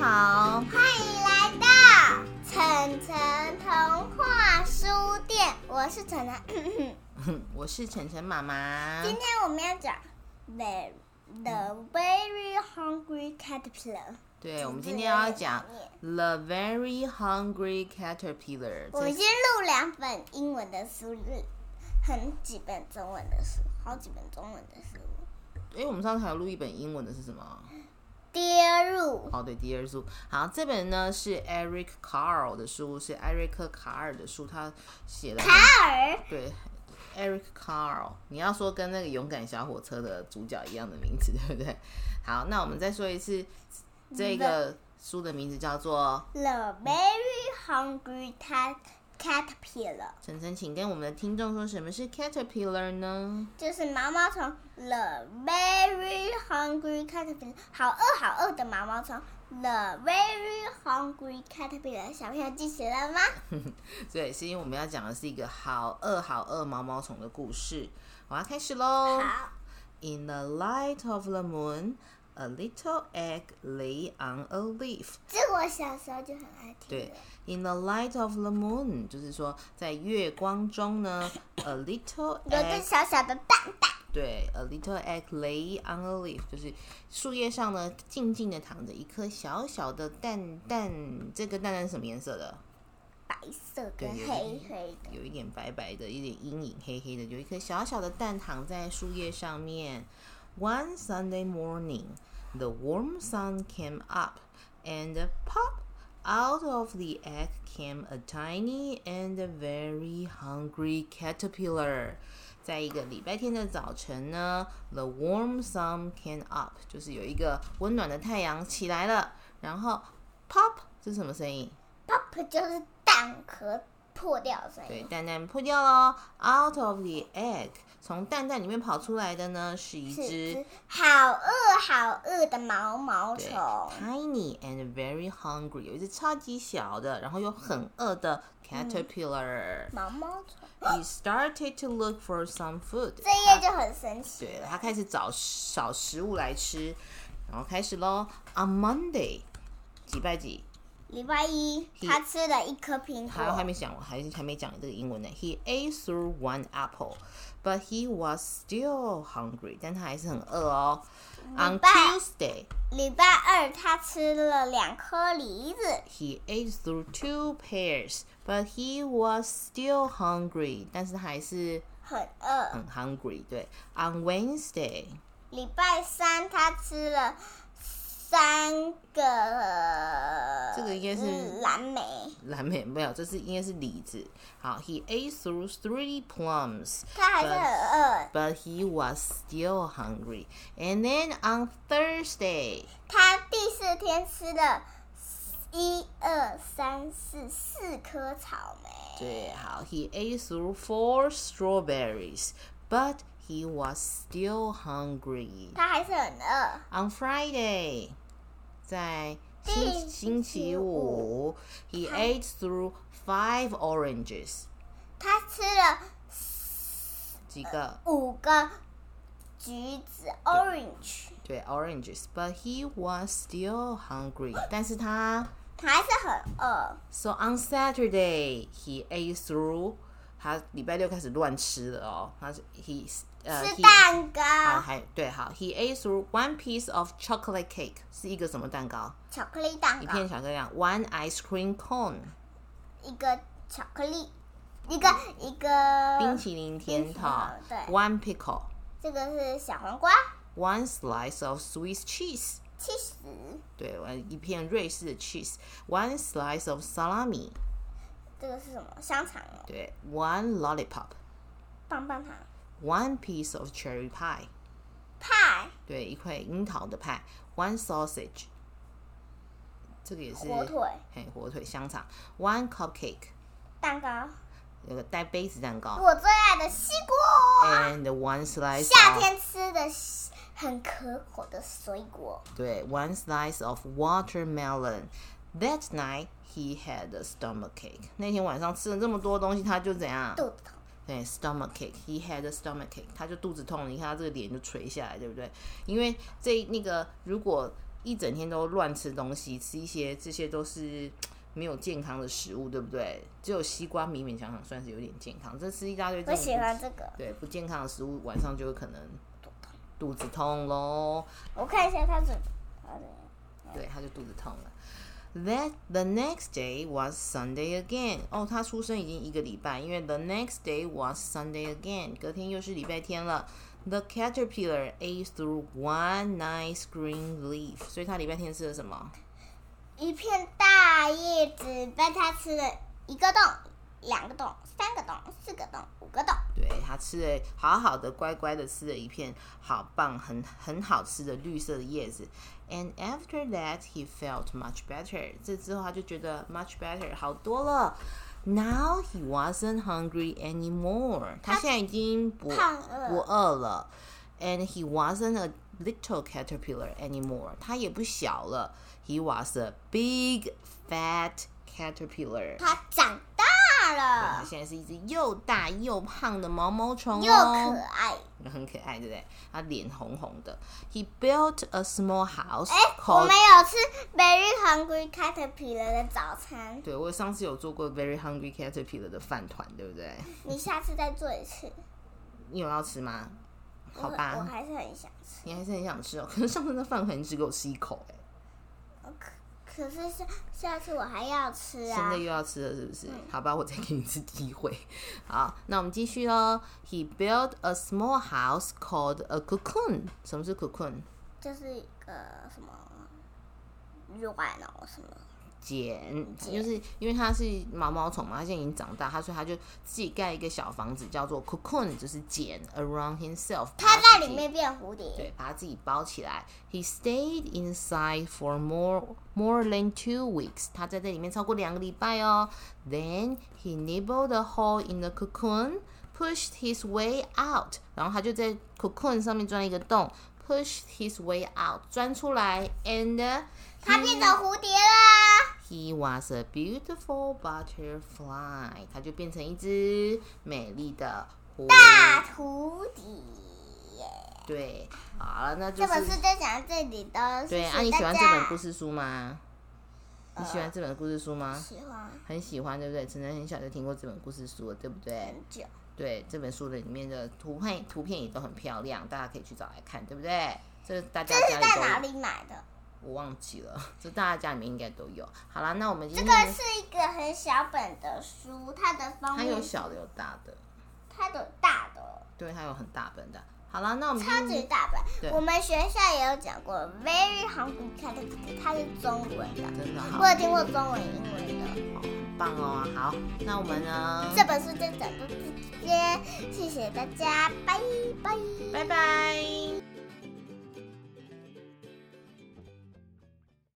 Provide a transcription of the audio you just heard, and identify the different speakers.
Speaker 1: 好，
Speaker 2: 欢迎来到晨晨童话书店，我是晨晨。
Speaker 1: 啊
Speaker 2: 今
Speaker 1: 我是晨晨妈妈。
Speaker 2: 天我们要讲 The The Very Hungry Caterpillar。
Speaker 1: 对，我们今天要讲《The Very Hungry Caterpillar
Speaker 2: 我们
Speaker 1: 这》
Speaker 2: 先录两本英文的书，很几本中文的书，好几本中文的书。
Speaker 1: 因为我们上次还有录一本英文的是什么？
Speaker 2: 跌入
Speaker 1: 哦，对，第二书。好，这本呢是 Eric Carl 的书，是艾瑞克卡尔的书，他写了
Speaker 2: 卡尔，
Speaker 1: 对 Eric Carl，你要说跟那个《勇敢小火车》的主角一样的名字，对不对？好，那我们再说一次，这个书的名字叫做
Speaker 2: The Very Hungry Cat Caterpillar。
Speaker 1: 晨晨，请跟我们的听众说什么是 caterpillar 呢？
Speaker 2: 就是毛毛虫，the very hungry caterpillar，好饿好饿的毛毛虫，the very hungry caterpillar，小朋友记起来了吗？
Speaker 1: 对，是因为我们要讲的是一个好饿好饿毛毛虫的故事。我要开始喽。
Speaker 2: 好，
Speaker 1: In the light of the moon, a little egg lay on a leaf.
Speaker 2: 这个我小时候就很爱听。
Speaker 1: 对，，In the light of the moon，就是说在月光中呢，a little
Speaker 2: 有个
Speaker 1: egg，
Speaker 2: 小小的蛋蛋，
Speaker 1: 对，a little egg lay on a leaf，就是树叶上呢静静的躺着一颗小小的蛋蛋。这个蛋蛋是什么颜色的？
Speaker 2: 白色
Speaker 1: 对
Speaker 2: 跟
Speaker 1: 有
Speaker 2: 黑黑的。
Speaker 1: 有一点白白的，一点阴影黑黑的，有一颗小小的蛋躺在树叶上面。One Sunday morning, the warm sun came up, and pop out of the egg came a tiny and very hungry caterpillar. 在一个礼拜天的早晨呢，the warm sun came up，就是有一个温暖的太阳起来了，然后 pop 这是什么声音？
Speaker 2: pop 就是蛋壳破掉的声
Speaker 1: 对，
Speaker 2: 音。
Speaker 1: 蛋蛋破掉喽，out of the egg，从蛋蛋里面跑出来的呢是一
Speaker 2: 是一
Speaker 1: 只
Speaker 2: 只好饿好饿的毛毛
Speaker 1: 对
Speaker 2: 虫，
Speaker 1: tiny and very hungry，有一只超级小的，然后又很饿的 caterpillar。
Speaker 2: 毛毛虫。
Speaker 1: He started to look for some food，
Speaker 2: 这页就很神奇。
Speaker 1: 对，他开始找找食物来吃，然后开始喽。On Monday，几拜几？
Speaker 2: 礼拜一，他吃了一颗苹
Speaker 1: 还有还
Speaker 2: 果。
Speaker 1: 没讲，我还还没讲这个英文呢。He ate through one apple, but he was still hungry，但他还是很饿哦。On
Speaker 2: 拜
Speaker 1: Tuesday,
Speaker 2: 礼拜二，他吃了两颗梨子。
Speaker 1: he ate through two pears, but he was still hungry，但是他还是
Speaker 2: 很饿。
Speaker 1: 很 hungry。对，On Wednesday，
Speaker 2: 礼拜三，他吃了三个
Speaker 1: 这个应该是
Speaker 2: 嗯蓝莓，
Speaker 1: 蓝莓没有，这是应该是李子。好，He ate through three plums。
Speaker 2: 他还是很饿。
Speaker 1: But he was still hungry. And then on Thursday,
Speaker 2: 他第四天吃了一二三四四颗草莓，
Speaker 1: 对，好，He ate through four strawberries, but he was still hungry.
Speaker 2: 他还是很饿。
Speaker 1: On Friday，在星
Speaker 2: 第
Speaker 1: 星期五，He ate through five oranges，
Speaker 2: 他吃了
Speaker 1: 几个？
Speaker 2: 五个橘子 （orange）。
Speaker 1: 对，oranges，but he was still hungry，但是他
Speaker 2: 还是很饿。
Speaker 1: ，So on Saturday he ate through，他礼拜六开始乱吃了哦，他是 he 呃
Speaker 2: 吃
Speaker 1: he-
Speaker 2: 蛋糕、
Speaker 1: 啊，还对，好，He ate through one piece of chocolate cake，是一个什么蛋糕？
Speaker 2: 巧克力蛋
Speaker 1: 一
Speaker 2: 糕，
Speaker 1: 片巧克力蛋，one ice cream cone，
Speaker 2: 一个巧克力，一个一个
Speaker 1: 冰淇淋甜
Speaker 2: 嗯冰淇
Speaker 1: 筒
Speaker 2: 淋对
Speaker 1: ，one pickle，one
Speaker 2: 这个是小黄瓜，
Speaker 1: slice of Swiss cheese，
Speaker 2: 七十
Speaker 1: 对，完一片瑞士的 cheese，one slice of salami，
Speaker 2: 这个是什么？香肠哦，
Speaker 1: 对，one lollipop，one
Speaker 2: 棒棒糖
Speaker 1: piece of cherry pie，
Speaker 2: 派
Speaker 1: 对，一块樱桃的派，one sausage，这个也是
Speaker 2: 火腿
Speaker 1: 嘿，火腿香肠，one cupcake，
Speaker 2: 蛋糕，
Speaker 1: 有个带杯子蛋糕。
Speaker 2: 我最爱的西瓜，
Speaker 1: and one slice
Speaker 2: 夏
Speaker 1: of,
Speaker 2: 天吃的很可口的水果。
Speaker 1: 对 one slice of watermelon. That night he had a stomach ache. 那天晚上吃了这么多东西，他就怎样？
Speaker 2: 肚子痛，
Speaker 1: 对 stomach ache. He had a stomach ache. 他就肚子痛了，你看他这个脸就垂下来，对不对？因为这那个如果一整天都乱吃东西，吃一些这些都是没有健康的食物，对不对？只有西瓜勉勉强强算是有点健康，这吃一大堆这
Speaker 2: 我
Speaker 1: 种
Speaker 2: 喜欢这个。
Speaker 1: 对不健康的食物，晚上就有可能肚子痛喽。
Speaker 2: 我看一下它怎它怎样
Speaker 1: 对，他就肚子痛了。That the next day was Sunday again。哦，他出生已经一个礼拜，因为 the next day was Sunday again，隔天又是礼拜天了。The caterpillar ate through one nice green leaf，所以他礼拜天吃了什么？
Speaker 2: 一片大叶子被它吃了一个洞、两个洞、三个洞、四个洞、五个洞。
Speaker 1: 对他吃了好好的、乖乖的吃了一片好棒、很很好吃的绿色的叶子。And after that, he felt much better. 这之后他就觉得 much better 好多了。Now he wasn't hungry anymore. 他现在已经不
Speaker 2: 胖
Speaker 1: 不
Speaker 2: 饿，
Speaker 1: 饿了。And he wasn't a little caterpillar anymore. 他也不小了。He was a big fat caterpillar.
Speaker 2: 它长大
Speaker 1: 他
Speaker 2: 了，
Speaker 1: 现在是一只又大又胖的毛毛虫、哦，
Speaker 2: 又可爱。
Speaker 1: 很可爱，对不对？他脸红红的。He built a small house
Speaker 2: 哎，我
Speaker 1: called
Speaker 2: 们有吃 Very Hungry Caterpillar 的早餐，
Speaker 1: 对我上次有做过 Very Hungry Caterpillar 的饭团，对不对？
Speaker 2: 你下次再做一次。
Speaker 1: 你有要吃吗？
Speaker 2: 我
Speaker 1: 好
Speaker 2: 我
Speaker 1: 吧，
Speaker 2: 还是很想吃。
Speaker 1: 你还是很想吃哦。可是上次那饭团你只给我吃一口、哎、
Speaker 2: 可可是下下次我还要吃
Speaker 1: 现
Speaker 2: 啊嗯
Speaker 1: 在。又要吃了，是不是？好吧，我再给你一次机会。好，那我们继续喽。He built a small house called a cocoon。什么是 cocoon？
Speaker 2: 就是一个什么卵哦，什么
Speaker 1: 茧，
Speaker 2: 茧
Speaker 1: 就是因为它是毛毛虫嘛，它现在已经长大，它所以它就自己盖一个小房子，叫做 cocoon，就是茧 around himself，把
Speaker 2: 它在
Speaker 1: 自己
Speaker 2: 里，面变蝴蝶。
Speaker 1: 对，把它自己包起来。He stayed inside for more more than two weeks，他在这里面超过两个礼拜哦。Then he nibbled a hole in the cocoon。Pushed his way out，然后他就在 cocoon 上面钻一个洞，pushed his way out，钻出来，and uh,
Speaker 2: 它
Speaker 1: he-
Speaker 2: 变成蝴蝶啦！
Speaker 1: He was a beautiful butterfly，它就变成一只美丽的蝴
Speaker 2: 大蝴蝶。
Speaker 1: 对，好了，那就
Speaker 2: 这本
Speaker 1: 是
Speaker 2: 书就讲到这里的，
Speaker 1: 对
Speaker 2: 谢谢
Speaker 1: 啊。你喜欢
Speaker 2: 大
Speaker 1: 这
Speaker 2: 家呃
Speaker 1: 本故？事书吗？你喜欢这本故事书吗？
Speaker 2: 喜欢
Speaker 1: 很喜欢，对不对？晨晨很小就听过这本故事书了，对不对？
Speaker 2: 很久。
Speaker 1: 对，这本书的里面的图片图片也都很漂亮，大家可以去找来看，对不对？这大
Speaker 2: 这
Speaker 1: 家
Speaker 2: 是
Speaker 1: 家
Speaker 2: 在哪
Speaker 1: 里都
Speaker 2: 里买的？
Speaker 1: 我忘记了，这大家家里面应该都有。好啦，那我们今
Speaker 2: 这
Speaker 1: 天
Speaker 2: 个是一个很小本的书，它的封
Speaker 1: 它有
Speaker 2: 面，
Speaker 1: 小的有大的，
Speaker 2: 它的大的，
Speaker 1: 对，它有很大本的。好啦，那我们今
Speaker 2: 超
Speaker 1: 天
Speaker 2: 级大
Speaker 1: 对
Speaker 2: 本。我们学校也有讲过《Very Hungry Cat》，它是中文的，
Speaker 1: 真的好，
Speaker 2: 我有听过中文、英文的。
Speaker 1: 很棒哦。好，那我们呢？
Speaker 2: 这本书就讲到这边，谢谢大家，拜拜。
Speaker 1: 拜拜。